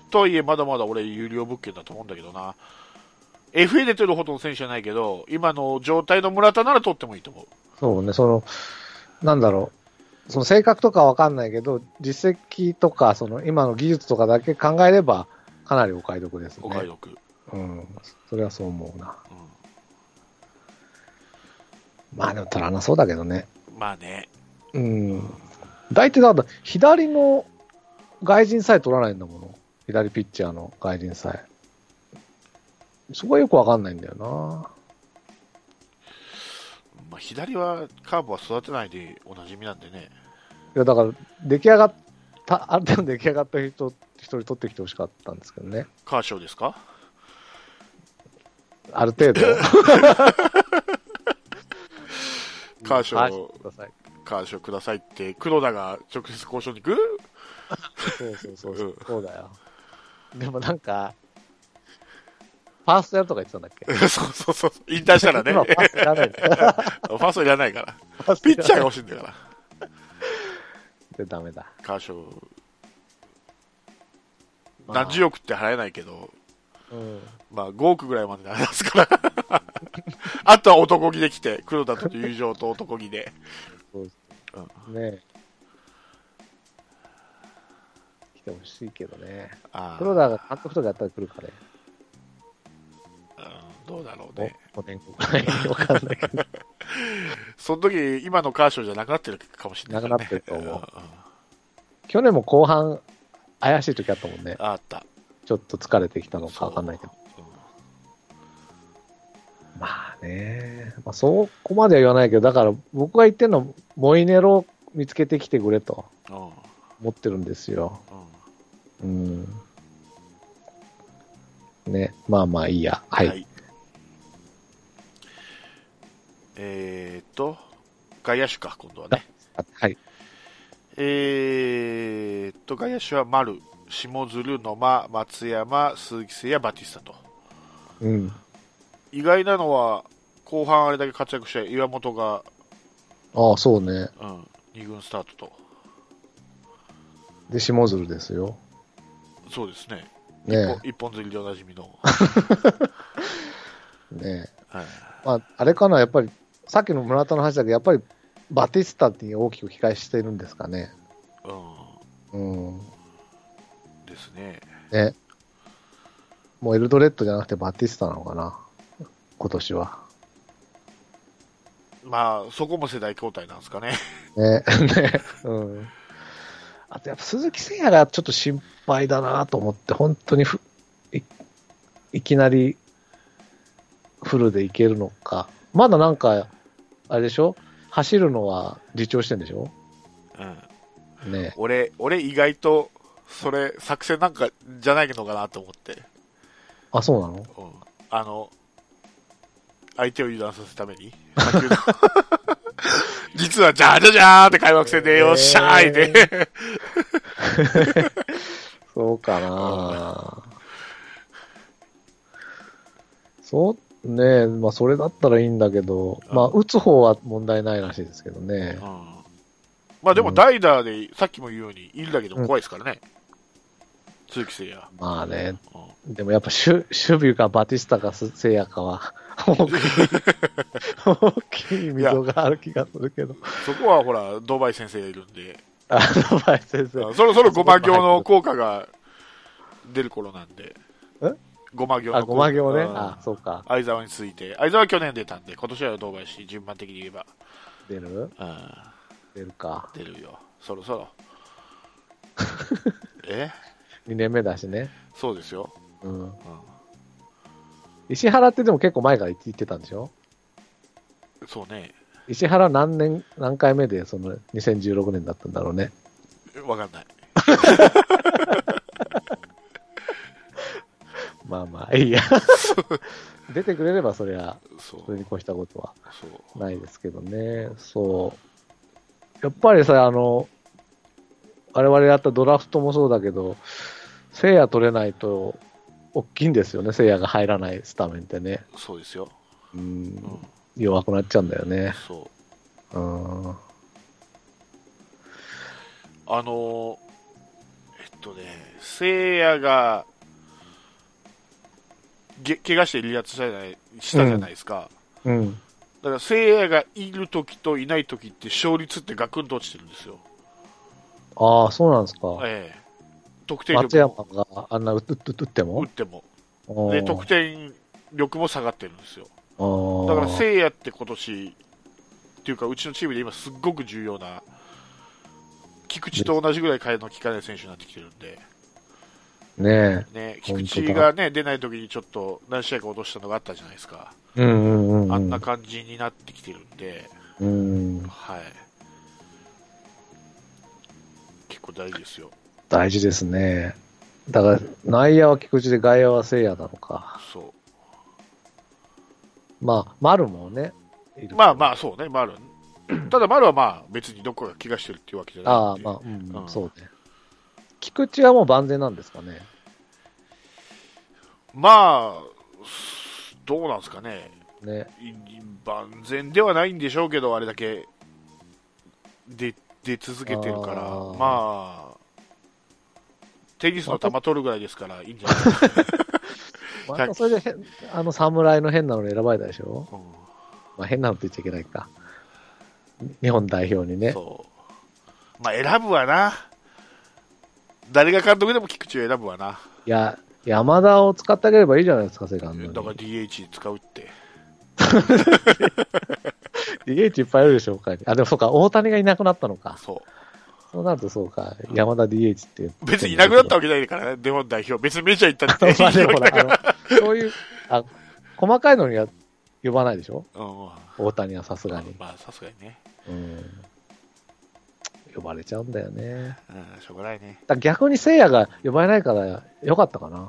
Speaker 2: あ
Speaker 1: とはいえ、まだまだ俺、有料物件だと思うんだけどな。FA で取るほどの選手じゃないけど、今の状態の村田なら取ってもいいと思う。
Speaker 2: あ。そうね、その、なんだろう。その性格とかわかんないけど、実績とか、その今の技術とかだけ考えれば、かなりお買い得ですね。
Speaker 1: お買い得。
Speaker 2: うん。それはそう思うな。
Speaker 1: う
Speaker 2: まあでも取らなそうだけどね。
Speaker 1: ん、まあね。
Speaker 2: うん。大体だから、左の外人さえ取らないんだもの。左ピッチャーの外人さえ。そこはよくわかんないんだよな。
Speaker 1: まあ、左はカーブは育てないでおなじみなんでね。
Speaker 2: いや、だから、出来上がった、ある程度出来上がった人、一人取ってきてほしかったんですけどね。
Speaker 1: カーショーですか
Speaker 2: ある程度。
Speaker 1: カーショ
Speaker 2: はい
Speaker 1: ー、
Speaker 2: ください
Speaker 1: カーショーくださいって、黒田が直接交渉に行く、
Speaker 2: そうそうそうそううんそうだよ。でもなんか、ファーストやるとか言ってたんだっけ
Speaker 1: そうそうそう。引退したらね。
Speaker 2: 今
Speaker 1: フ
Speaker 2: ファーストやら [LAUGHS] ないの
Speaker 1: ァーストいらないから。
Speaker 2: ファースト
Speaker 1: ピッチャーが
Speaker 2: やらない
Speaker 1: 欲しいんだから。
Speaker 2: ってダメだ。
Speaker 1: カーショー。
Speaker 2: まあ
Speaker 1: 何十億って払えないけど、
Speaker 2: うん。
Speaker 1: まあ5億ぐらいまでなりますから。 [LAUGHS] あとは男気で来て、黒田と友情と男気で。
Speaker 2: そうそうねえ。来てほしいけどね。
Speaker 1: あー
Speaker 2: 黒田が監督とかやったら来るかね。
Speaker 1: うんどうだろうね。
Speaker 2: 5年後くらいにわかんないけど。
Speaker 1: その時、今のカーショーじゃなくなってるかもしれないからね。
Speaker 2: なくなって
Speaker 1: [LAUGHS]
Speaker 2: ると思うん
Speaker 1: ん
Speaker 2: 去年も後半、怪しい時あったもんね。
Speaker 1: あった。
Speaker 2: ちょっと疲れてきたのかわかんないけど。
Speaker 1: そう。うん
Speaker 2: まあね、まあ、そこまでは言わないけど、だから僕が言ってるのは、モイネロを見つけてきてくれと
Speaker 1: うんうん
Speaker 2: 思ってるんですよ。うん。ね、まあまあいいや。はい。
Speaker 1: えーっと、外野手か、今度はね。
Speaker 2: あはい。
Speaker 1: えーっと、外野手は丸、下鶴、野間、松山、鈴木誠也、バティスタと。
Speaker 2: うん。
Speaker 1: 意外なのは、後半あれだけ活躍して、岩本が、
Speaker 2: ああ、そう
Speaker 1: う
Speaker 2: ね。
Speaker 1: ん、2軍スタートと。
Speaker 2: で、下鶴ですよ。
Speaker 1: そうですね。
Speaker 2: ね
Speaker 1: 一本釣りでおなじみの。
Speaker 2: え。ねえ。
Speaker 1: はい、
Speaker 2: まあ、あれかな、やっぱり、さっきの村田の話だけど、やっぱり、バティスタに大きく控えしてるんですかね。
Speaker 1: う
Speaker 2: うん。
Speaker 1: ん、ですね。
Speaker 2: ね。もうエルドレッドじゃなくてバティスタなのかな。今年は。
Speaker 1: まあ、そこも世代交代なんですかね。
Speaker 2: ね、 [LAUGHS] ね、うん。あとやっぱ鈴木誠也がちょっと心配だなと思って、本当にふいいきなりフルでいけるのか。まだなんか、あれでしょ走るのは自重してんでしょ
Speaker 1: うん
Speaker 2: ね
Speaker 1: 俺、俺意外と、それ、作戦なんかじゃないのかなと思って。
Speaker 2: あ、そうなの
Speaker 1: うん。あの、相手を油断させるために、卓球の実は、じゃーじゃじゃーって開幕戦で、よっしゃーいで、
Speaker 2: そうかなそう、ねまあそれだったらいいんだけど、まあ打つ方は問題ないらしいですけどね
Speaker 1: うん。まあでも、代打で、さっきも言うように、いるだけでも怖いですからね。鈴木誠
Speaker 2: まあね、
Speaker 1: 也。うん
Speaker 2: でもやっぱ守守備かバティスタかスセイヤかは大きい、大きい溝がある気がするけど。
Speaker 1: そこは、ほら、ドバイ先生がいるんで、
Speaker 2: あの、前先
Speaker 1: そ
Speaker 2: 生。
Speaker 1: ろそろごま行の効果が出る頃なんで
Speaker 2: え。
Speaker 1: ごま行の
Speaker 2: あ、ごま行ね。
Speaker 1: うん
Speaker 2: あ、そうか。
Speaker 1: 相沢について、相沢は去年出たんで、今年はどうかし、順番的に言えば、
Speaker 2: 出る
Speaker 1: うん、
Speaker 2: 出るか。
Speaker 1: 出るよ、そろそろ。え
Speaker 2: 2年目だしね。
Speaker 1: そうですよ、
Speaker 2: うん。
Speaker 1: う
Speaker 2: 石原ってでも結構前から言ってたんでしょ
Speaker 1: ん、そうね、
Speaker 2: 石原何年、何回目でその2016年だったんだろうね。
Speaker 1: わかんない。
Speaker 2: まあまあ、いいや。出てくれればそりゃ、
Speaker 1: そう
Speaker 2: それに越したことは。
Speaker 1: そう
Speaker 2: ないですけどね、そう。やっぱりさ、あの、我々やったドラフトもそうだけど、聖夜取れないと、大きいんですよね、聖夜が入らないスタメンってね。
Speaker 1: そうですよ、
Speaker 2: う
Speaker 1: うんん、
Speaker 2: 弱くなっちゃうんだよね。
Speaker 1: そう
Speaker 2: うん。
Speaker 1: あのーえっとね、せいやがげ怪我して離脱したじゃないしたじゃないですか、
Speaker 2: うん。
Speaker 1: だからせいやがいるときといないときって、勝率ってガクンと落ちてるんですよ。
Speaker 2: ああ、そうなんですか。
Speaker 1: ええ得点
Speaker 2: 松
Speaker 1: 力も
Speaker 2: 山があんな打っ打打って
Speaker 1: 打
Speaker 2: も
Speaker 1: っても、
Speaker 2: う
Speaker 1: で
Speaker 2: ん
Speaker 1: 得点力も下がってるんですよ、
Speaker 2: あー
Speaker 1: だからせいやって今年っていうか、うちのチームで今、すっごく重要な、菊池と同じぐらい替えの効かない選手になってきてるんで、
Speaker 2: ね
Speaker 1: ね、
Speaker 2: 本
Speaker 1: 菊
Speaker 2: 当だ
Speaker 1: 池が、ね、出ない時にちょっと何試合か落としたのがあったじゃないですか、
Speaker 2: え。うんうんうん。
Speaker 1: あんな感じになってきてるんで、
Speaker 2: うん。
Speaker 1: はい、結構大事ですよ、
Speaker 2: 大事ですね。だから、内野は菊池で外野は聖夜なのか。
Speaker 1: そ
Speaker 2: まあ、丸もね、いるけ
Speaker 1: う
Speaker 2: ど
Speaker 1: まあまあ、そうね、
Speaker 2: [CLEARS THROAT]
Speaker 1: 丸、ただ丸はまあ別にどこが怪我してるっていうわけじゃない
Speaker 2: あ
Speaker 1: ん
Speaker 2: あ、
Speaker 1: で。
Speaker 2: まあ、うん、
Speaker 1: うん
Speaker 2: そうね。菊池はもう万全なんですかね。
Speaker 1: まあ、すどうなんですかね、
Speaker 2: ね。
Speaker 1: い万全ではないんでしょうけど、あれだけ出出続けてるから、
Speaker 2: あー
Speaker 1: まあ、テニスの球取るぐらいですから、いいんじゃないですか、
Speaker 2: またそれで変、あの侍の変なのに選ばれたでしょ
Speaker 1: うん
Speaker 2: まあ、変なのって言っちゃいけないか。日本代表にね。
Speaker 1: そう。まあ、選ぶわな。誰が監督でも菊池を選ぶわな。
Speaker 2: いや、山田を使ってあげればいいじゃないですか、セカンドに。
Speaker 1: だから DH 使うって。
Speaker 2: DH いっぱいあるでしょうか。あ、でもそうか、大谷がいなくなったのか。
Speaker 1: そ
Speaker 2: [LAUGHS] そうなるとそうか、山田 DH って。
Speaker 1: う。別にいなくなったわけないからね、日本代表。別にメジャー行ったって。
Speaker 2: [LAUGHS] まあでもほら、あの、そういう、あ、細かいのには呼ばないでしょ
Speaker 1: うんうん
Speaker 2: 大谷はさすがに。
Speaker 1: まあ、さすがにね。
Speaker 2: うん。呼ばれちゃうんだよね。
Speaker 1: うん、しょうがないね。
Speaker 2: だから逆に聖夜が呼ばれないからよかったかな。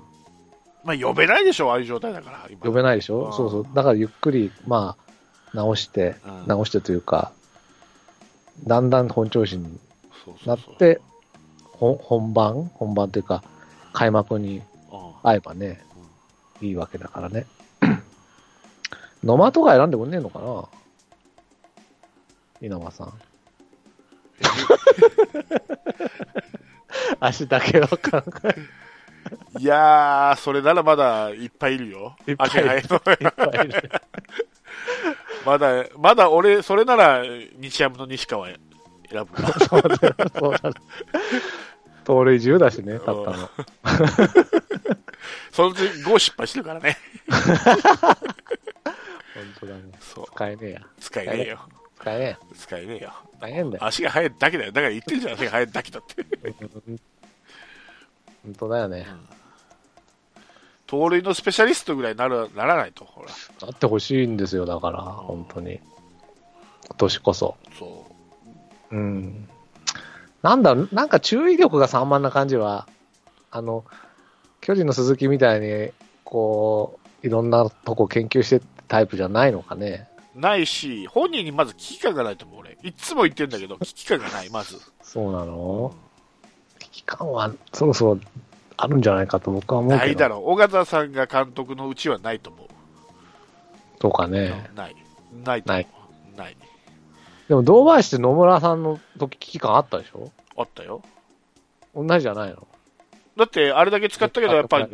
Speaker 1: まあ、呼べないでしょ、ああいう状態だから、今。
Speaker 2: 呼べ
Speaker 1: ない。
Speaker 2: ないでしょ、
Speaker 1: うん
Speaker 2: そうそう。だからゆっくり、まあ、直して、
Speaker 1: うん
Speaker 2: 直してというか、だんだん本調子に、
Speaker 1: そうそ
Speaker 2: な
Speaker 1: う
Speaker 2: っ
Speaker 1: そう。
Speaker 2: てほん本番本番というか、開幕に
Speaker 1: うん
Speaker 2: 会えばね、いいわけだからね。 [CLEARS THROAT] 野間とか選んでくんねえのかな稲葉さ [LAUGHS] ん。足だけわかんない。
Speaker 1: いやー、それならまだいっぱいいるよ。
Speaker 2: いっぱいいる
Speaker 1: 足早いの
Speaker 2: いっぱいいる
Speaker 1: [LAUGHS] まだ、まだ俺、それなら日ハムの西川選ぶ
Speaker 2: [LAUGHS]
Speaker 1: わ。
Speaker 2: そうだよそうだよ盗塁10だしね、たったの。
Speaker 1: そのうち5失敗してるからね。
Speaker 2: 本当だね。
Speaker 1: そう。
Speaker 2: 使えねえや。
Speaker 1: 使えねえよ。
Speaker 2: 使えね
Speaker 1: 使えねえよ。
Speaker 2: え。使えねえんだよ。
Speaker 1: 足が速いだけだよ。だから言ってるじゃん、足が速いだけだって。
Speaker 2: うん本当だよね。
Speaker 1: 盗塁のスペシャリストぐらいになるならないと、ほら。
Speaker 2: なってほしいんですよ、だから、本当に。今年こそ。
Speaker 1: そ
Speaker 2: うん。なんだろう、なんか注意力が散漫な感じは、あの、巨人の鈴木みたいに、こう、いろんなとこ研究してってタイプじゃないのかね。
Speaker 1: う。ないし、本人にまず危機感がないと思う、俺。いつも言ってんだけど、危機感がない、まず。
Speaker 2: そうなの危機感はそろそろあるんじゃないかと僕は思うけど。
Speaker 1: ないだろう。尾形さんが監督のうちはないと思う。
Speaker 2: とかね。
Speaker 1: ない。ないと思う。ない。
Speaker 2: でも、堂林って野村さんの時危機感あったでしょ
Speaker 1: あったよ。
Speaker 2: 同じじゃないの
Speaker 1: だって、あれだけ使ったけど、やっぱり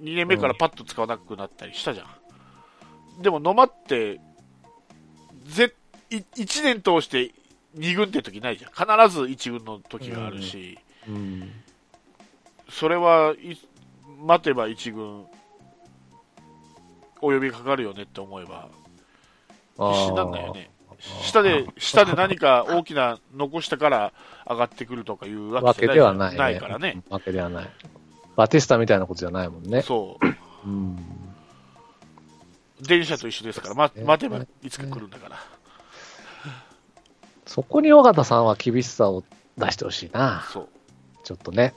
Speaker 2: り。
Speaker 1: 2年目からパッと使わなくなったりしたじゃん、でも野間ってぜ1年通して2軍って時ないじゃん必ず1軍の時があるし、
Speaker 2: うん。
Speaker 1: それはい待てば1軍お呼びかかるよねって思えば
Speaker 2: あー
Speaker 1: 必死なんだよ。ね下で
Speaker 2: [LAUGHS]
Speaker 1: 下で何か大きな残したから上がってくるとかいうわ
Speaker 2: わ
Speaker 1: け
Speaker 2: け
Speaker 1: じゃ
Speaker 2: ではない、ね。
Speaker 1: ないからね。
Speaker 2: わけではない。バティスタみたいなことじゃないもんね。
Speaker 1: そう
Speaker 2: うん。
Speaker 1: 電車と一緒ですから、ま、待てばいつか来るんだから、
Speaker 2: そこに尾形さんは厳しさを出してほしいな。
Speaker 1: そう
Speaker 2: ちょっとね。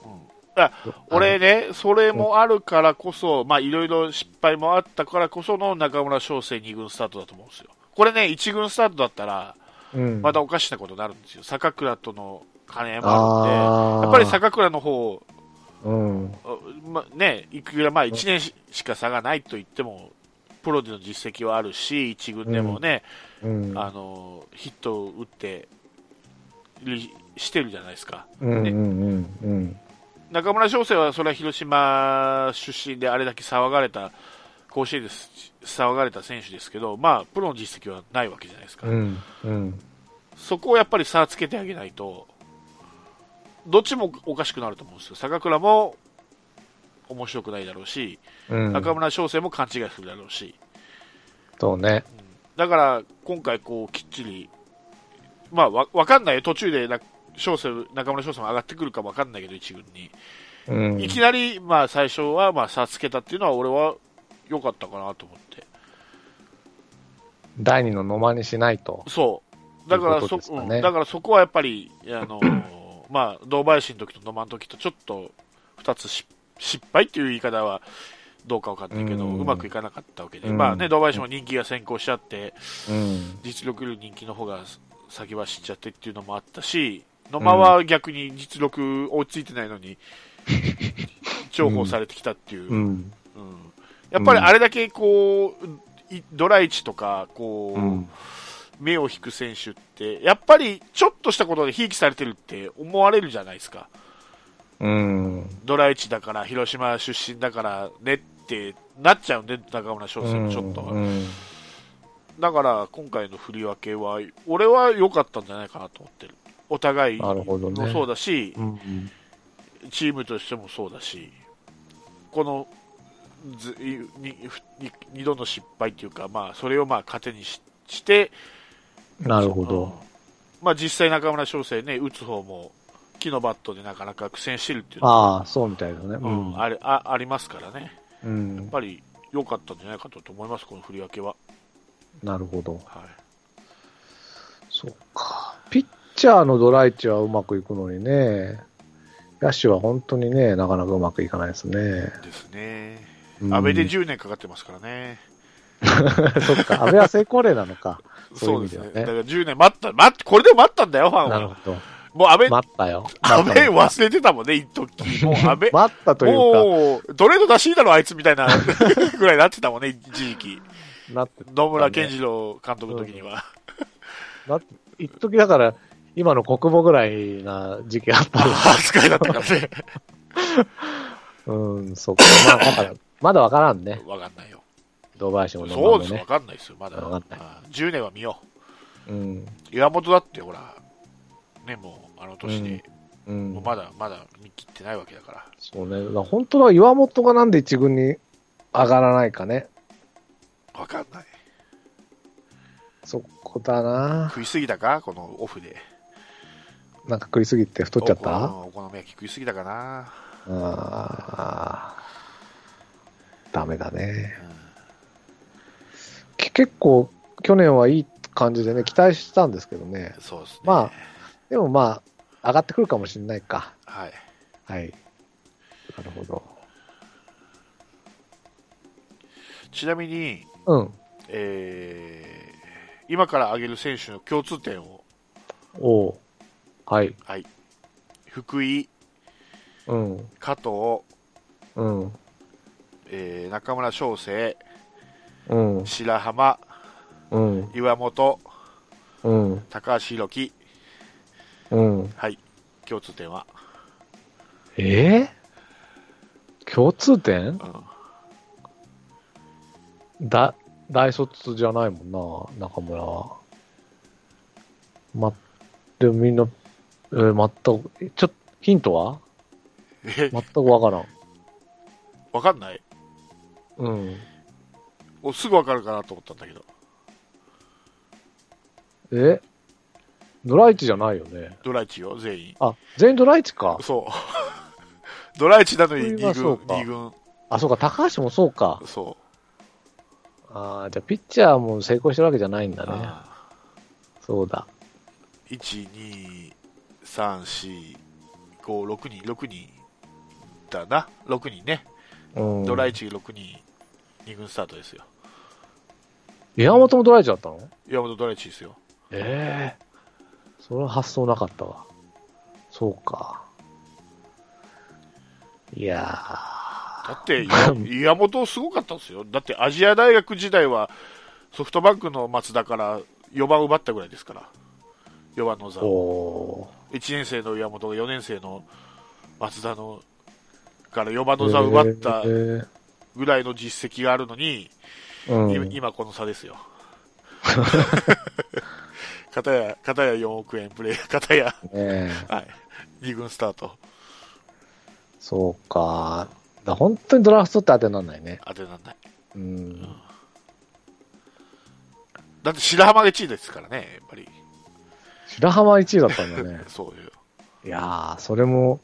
Speaker 1: 俺ね、それもあるからこそ、まあいろいろ失敗もあったからこその中村翔成2軍スタートだと思うんですよ。これね、1軍スタートだったら、
Speaker 2: うん。
Speaker 1: またおかしなことになるんですよ。坂倉との兼ね合いもあるん
Speaker 2: あ
Speaker 1: で、
Speaker 2: あ。
Speaker 1: やっぱり坂倉の方、
Speaker 2: うん。
Speaker 1: あま、ね、いくらまあ1年ししか差がないと言っても、プロでの実績はあるし、1軍でもね、
Speaker 2: うん。
Speaker 1: あのヒットを打ってりしてるじゃないですか。
Speaker 2: うんうんうんうん。
Speaker 1: 中村翔成はそれは広島出身であれだけ騒がれた甲子園です騒がれた選手ですけど、まあ、プロの実績はないわけじゃないですか、
Speaker 2: うん。うん。
Speaker 1: そこをやっぱり差をつけてあげないとどっちもおかしくなると思うんですよ坂倉も面白くないだろうし
Speaker 2: うん。
Speaker 1: 中村翔成も勘違いするだろうし、
Speaker 2: そうね。
Speaker 1: だから今回こうきっちり、まあ、わわかんないよ途中でな翔成中村翔成も上がってくるかわかんないけど1軍に。
Speaker 2: うん。
Speaker 1: いきなり、まあ、最初は、まあ、差つけたっていうのは、俺は良かったかなと思って。
Speaker 2: 第二の野間にしないと。
Speaker 1: そう。だから、
Speaker 2: ということ
Speaker 1: そ、
Speaker 2: ですか
Speaker 1: うん、
Speaker 2: ね
Speaker 1: だからそこはやっぱり、あ
Speaker 2: [LAUGHS]
Speaker 1: のー、まあ、堂林の時と野間の時とちょっと、二つし失敗っていう言い方は、どうかわかんないけど、う
Speaker 2: うん
Speaker 1: まくいかなかったわけで、
Speaker 2: うん
Speaker 1: まあね、堂林も人気が先行しちゃって、
Speaker 2: うん。
Speaker 1: 実力より人気の方が先走っちゃってっていうのもあったし、野間は逆に実力追いついてないの
Speaker 2: [LAUGHS]
Speaker 1: に、重宝されてきたっていう。
Speaker 2: うん。
Speaker 1: うんやっぱりあれだけこう、いドライチとか、こう、
Speaker 2: うん。
Speaker 1: 目を引く選手って、やっぱりちょっとしたことでひいきされてるって思われるじゃないですか。
Speaker 2: うん。
Speaker 1: ドライチだから、広島出身だからねってなっちゃうんで、中村翔成もちょっと。
Speaker 2: うん。
Speaker 1: だから、今回の振り分けは、俺は良かったんじゃないかなと思ってる。お互い
Speaker 2: なるほど
Speaker 1: も
Speaker 2: ね
Speaker 1: そうだし、
Speaker 2: うん。
Speaker 1: チームとしてもそうだし、このずいにに二度の失敗というか、まあ、それをまあ糧にしして、
Speaker 2: なるほど。
Speaker 1: うんまあ、実際、中村翔成ね、打つ方も木のバットでなかなか苦戦してるっていうのは
Speaker 2: ああ、そうみたいだね。う
Speaker 1: うん
Speaker 2: ん。
Speaker 1: あれあありますからね、
Speaker 2: うん
Speaker 1: やっぱり良かったんじゃないかと思います、この振り分けは。
Speaker 2: なるほど。
Speaker 1: はい
Speaker 2: そうか。ピッチャーのドライチはうまくいくのにね、野手は本当にね、なかなかうまくいかないですね。
Speaker 1: ですね、
Speaker 2: うん
Speaker 1: 安倍で10年かかってますからね、
Speaker 2: [LAUGHS] そっか、安倍は成功例なのか。
Speaker 1: そ
Speaker 2: そううい
Speaker 1: で
Speaker 2: う意味
Speaker 1: す
Speaker 2: では
Speaker 1: ね、
Speaker 2: ね
Speaker 1: だから10年待った、待ってこれで待ったんだよ、ファン
Speaker 2: なる
Speaker 1: は。
Speaker 2: ほど。
Speaker 1: もう安倍
Speaker 2: 待ったよ。
Speaker 1: 安倍
Speaker 2: 待っ、
Speaker 1: 忘れてたもんね、一時。もう安倍
Speaker 2: [LAUGHS] 待ったという
Speaker 1: もう、どれの出しいいだろ、あいつみたい
Speaker 2: [LAUGHS]
Speaker 1: なぐらいなってたもんね、一時期。
Speaker 2: か、なって、
Speaker 1: 野村健次郎監督の時には。
Speaker 2: なって、一時だから、今の国母ぐらいな時期あったよ。
Speaker 1: 扱いだったからね。 [LAUGHS]
Speaker 2: うん、そっか。まあ、だから、まだわからんね。
Speaker 1: わかんないよ。
Speaker 2: 堂林も野間
Speaker 1: そ
Speaker 2: も
Speaker 1: うです、わ
Speaker 2: ね。
Speaker 1: かんないですよ、まだ。
Speaker 2: わかんな
Speaker 1: あ10年は見よ
Speaker 2: うん。
Speaker 1: う。岩本だって、ほら、ね、もう、あの年で、
Speaker 2: う。
Speaker 1: もうんまだ、まだ見切ってないわけだから。
Speaker 2: そうね。だから本当は岩本がなんで一軍に上がらないかね。
Speaker 1: わかんない。
Speaker 2: そこだな。
Speaker 1: 食いすぎたかこのオフで。
Speaker 2: なんか食いすぎて太っちゃっ
Speaker 1: お
Speaker 2: た
Speaker 1: 好お好み焼き食いすぎたかな。
Speaker 2: あーダメだね。け結構、去年はいい感じでね、期待してたんですけどね。
Speaker 1: そうですね。
Speaker 2: までもまあ、上がってくるかもしれないか。
Speaker 1: あ。はい。
Speaker 2: はい。なるほど。
Speaker 1: ちなみに、
Speaker 2: うん。
Speaker 1: えー今から挙げる選手の共通点を、
Speaker 2: おうはい。
Speaker 1: 福井、
Speaker 2: うん。
Speaker 1: 加藤、
Speaker 2: うん。
Speaker 1: えー中村翔成、
Speaker 2: うん。
Speaker 1: 白浜、
Speaker 2: うん。
Speaker 1: 岩本、
Speaker 2: うん。
Speaker 1: 高橋宏樹、
Speaker 2: うん。
Speaker 1: はい、共通点は、
Speaker 2: えー、共通点
Speaker 1: うん
Speaker 2: だ、大卒じゃないもんな、中村は。ま、でもみんな、えー、全く、えちょっと、ヒントは
Speaker 1: え
Speaker 2: 全くわからん。
Speaker 1: わかんない
Speaker 2: うん。
Speaker 1: おすぐわかるかなと思ったんだけど、
Speaker 2: えドライチじゃないよね。
Speaker 1: ドライチよ、全員。
Speaker 2: あ、全員ドライチか。
Speaker 1: そう。 [LAUGHS] ドライチなのに
Speaker 2: 福井は
Speaker 1: 2
Speaker 2: そう
Speaker 1: 軍、
Speaker 2: か
Speaker 1: 二軍、
Speaker 2: あ、そうか、高橋もそうか。
Speaker 1: そ
Speaker 2: あーじゃあ、ピッチャーも成功してるわけじゃないんだ
Speaker 1: う。
Speaker 2: ね。そうだ。
Speaker 1: 1、2、3、4、5、6人、6人だな。6人ね。
Speaker 2: うん。
Speaker 1: ドライ
Speaker 2: チ。
Speaker 1: チ6人、2軍スタートですよ。
Speaker 2: 岩本もドライチだったの
Speaker 1: 岩本ドライチですよ。
Speaker 2: ええそれは発想なかったわ。そうか。いや
Speaker 1: だ
Speaker 2: [LAUGHS]
Speaker 1: って、岩岩本すごかったんですよ。だって、アジア大学時代は、ソフトバンクの松田から4番奪ったぐらいですから。4番の座
Speaker 2: ー。
Speaker 1: を。
Speaker 2: お
Speaker 1: 1年生の岩本が4年生の松田の、から4番の座を奪った
Speaker 2: えー
Speaker 1: ぐらいの実績があるのに、い
Speaker 2: うん、
Speaker 1: 今この差ですよ。 [LAUGHS] 片や、片や4億円プレイ、片や、
Speaker 2: ねえ
Speaker 1: はい、2軍スタート、
Speaker 2: そうか。だ本当にドラフトって当てにならないね。
Speaker 1: 当てなんない。
Speaker 2: うん。
Speaker 1: だって白浜が1位ですからね、やっぱり。。
Speaker 2: 白浜1位だったんだね
Speaker 1: [LAUGHS] そういう。
Speaker 2: いやー、それも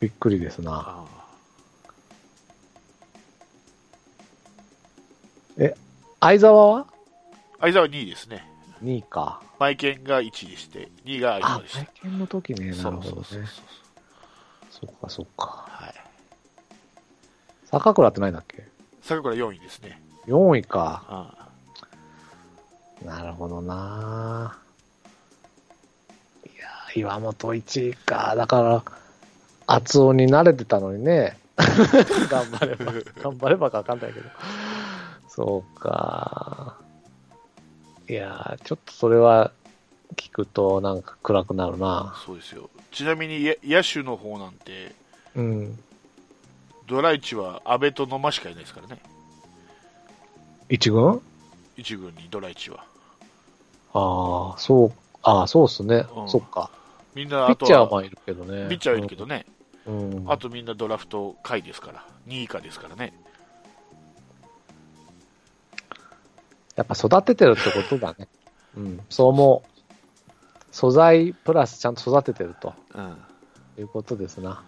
Speaker 2: びっくりですな。
Speaker 1: ああ
Speaker 2: 相沢は
Speaker 1: 相沢は2位ですね。
Speaker 2: ?2 位か。
Speaker 1: マイケンが1位でして、2位が相
Speaker 2: あ
Speaker 1: 沢で、し
Speaker 2: 体
Speaker 1: た。
Speaker 2: 験の時ね。な
Speaker 1: そ
Speaker 2: る
Speaker 1: う
Speaker 2: ほ
Speaker 1: そう
Speaker 2: ど
Speaker 1: そうそう
Speaker 2: ね。。そうか、そうか。
Speaker 1: はい。
Speaker 2: 坂倉ってないんだっけ
Speaker 1: 坂倉4位ですね。
Speaker 2: ?4 位か。
Speaker 1: ああ
Speaker 2: なるほどなぁいや岩本1位か。だから、厚尾に慣れてたのにね。 [LAUGHS] 頑張
Speaker 1: [LAUGHS]
Speaker 2: れば、頑張ればかわかんないけど。そうか。いやー、ちょっとそれは聞くとなんか暗くなるな。
Speaker 1: そうですよちなみにや野手の方なんて
Speaker 2: うん。
Speaker 1: ドライチは安倍と野間しかいないですからね
Speaker 2: 一軍
Speaker 1: 一軍にドライチは
Speaker 2: ああ、そう、ああ、そうっすね。
Speaker 1: うん
Speaker 2: そっか。
Speaker 1: みんな
Speaker 2: ピ
Speaker 1: あ
Speaker 2: ッ
Speaker 1: と
Speaker 2: チャー
Speaker 1: は
Speaker 2: もいるけどね。
Speaker 1: ピッチャーはいるけどね、
Speaker 2: うん。うん。
Speaker 1: あとみんなドラフト下位ですから2位以下ですからね
Speaker 2: やっぱ育ててるってことだね。うん、そう思う。素材プラスちゃんと育ててると
Speaker 1: うん
Speaker 2: いうことですな。